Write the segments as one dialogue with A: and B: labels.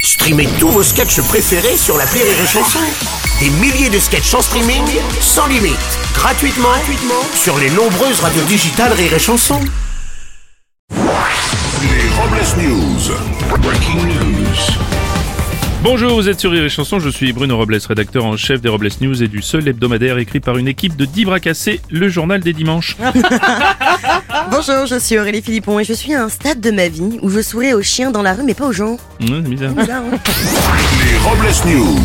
A: Streamez tous vos sketchs préférés sur la Rire et Chanson. Des milliers de sketchs en streaming, sans limite, gratuitement, gratuitement sur les nombreuses radios digitales Rire et Chanson.
B: Les Robles News. Breaking news.
C: Bonjour, vous êtes sur Rire et Chanson, je suis Bruno Robles, rédacteur en chef des Robles News et du seul hebdomadaire écrit par une équipe de 10 bras cassés, le journal des dimanches.
D: Bonjour, je suis Aurélie Philippon et je suis à un stade de ma vie où je souris aux chiens dans la rue mais pas aux gens.
C: Mmh, c'est bizarre.
D: Bizarre, hein
B: Les Robles News.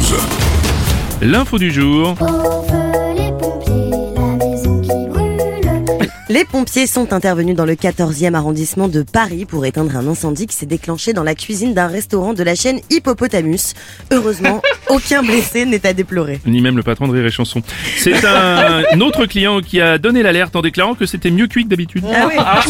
C: L'info du jour,
E: Pauvres les pompiers, la maison qui brûle.
D: Les pompiers sont intervenus dans le 14e arrondissement de Paris pour éteindre un incendie qui s'est déclenché dans la cuisine d'un restaurant de la chaîne Hippopotamus. Heureusement, aucun blessé n'est à déplorer.
C: ni même le patron de Rire et Chanson. C'est un autre client qui a donné l'alerte en déclarant que c'était mieux cuit que d'habitude.
D: Ah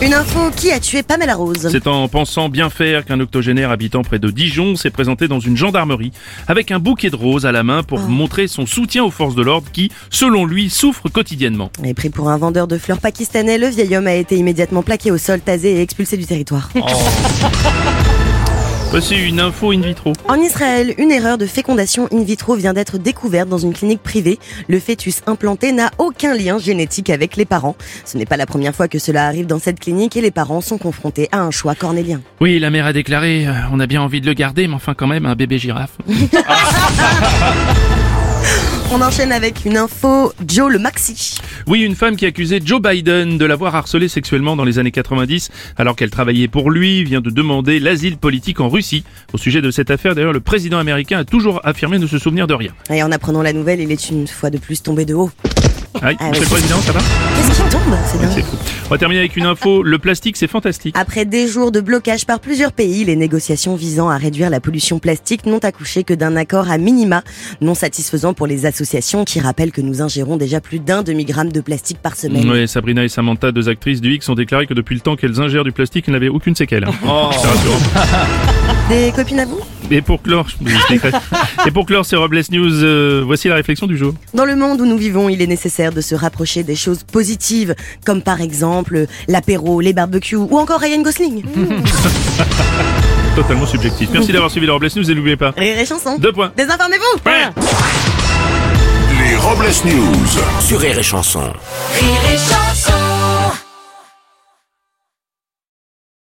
D: Une info qui a tué Pamela Rose.
C: C'est en pensant bien faire qu'un octogénaire habitant près de Dijon s'est présenté dans une gendarmerie avec un bouquet de roses à la main pour montrer son soutien aux forces de l'ordre qui, selon lui, souffrent quotidiennement.
D: Et pris pour un vendeur de fleurs pakistanais, le vieil homme a été immédiatement plaqué au sol, tasé et expulsé du territoire.
C: Voici une info in vitro.
D: En Israël, une erreur de fécondation in vitro vient d'être découverte dans une clinique privée. Le fœtus implanté n'a aucun lien génétique avec les parents. Ce n'est pas la première fois que cela arrive dans cette clinique et les parents sont confrontés à un choix cornélien.
C: Oui, la mère a déclaré, euh, on a bien envie de le garder, mais enfin quand même, un bébé girafe.
D: On enchaîne avec une info, Joe le maxi.
C: Oui, une femme qui accusait Joe Biden de l'avoir harcelé sexuellement dans les années 90, alors qu'elle travaillait pour lui, vient de demander l'asile politique en Russie. Au sujet de cette affaire, d'ailleurs, le président américain a toujours affirmé ne se souvenir de rien.
D: Et en apprenant la nouvelle, il est une fois de plus tombé de haut.
C: Aïe,
D: Ah
C: monsieur
D: oui.
C: le président, ça va
D: Qu'est-ce qui tombe C'est dingue.
C: C'est fou. On va terminer avec une info, le plastique c'est fantastique.
D: Après des jours de blocage par plusieurs pays, les négociations visant à réduire la pollution plastique n'ont accouché que d'un accord à minima, non satisfaisant pour les associations qui rappellent que nous ingérons déjà plus d'un demi-gramme de plastique par semaine.
C: Ouais, Sabrina et Samantha, deux actrices du X, ont déclaré que depuis le temps qu'elles ingèrent du plastique, elles n'avaient aucune séquelle. hein.
D: Oh.
C: C'est rassurant.
D: Des copines à vous
C: Et pour clore, je- je décrète. et pour clore ces Robles News, euh, voici la réflexion du jour.
D: Dans le monde où nous vivons, il est nécessaire de se rapprocher des choses positives, comme par exemple l'apéro, les barbecues ou encore Ryan Gosling.
C: Totalement subjectif. Merci d'avoir suivi le Robles News et n'oubliez pas.
D: Rire et chanson.
C: Deux points.
D: Désinformez-vous
C: Ouais.
B: Les Robles News.
A: Sur Rire et Chanson.
F: Rire et chanson.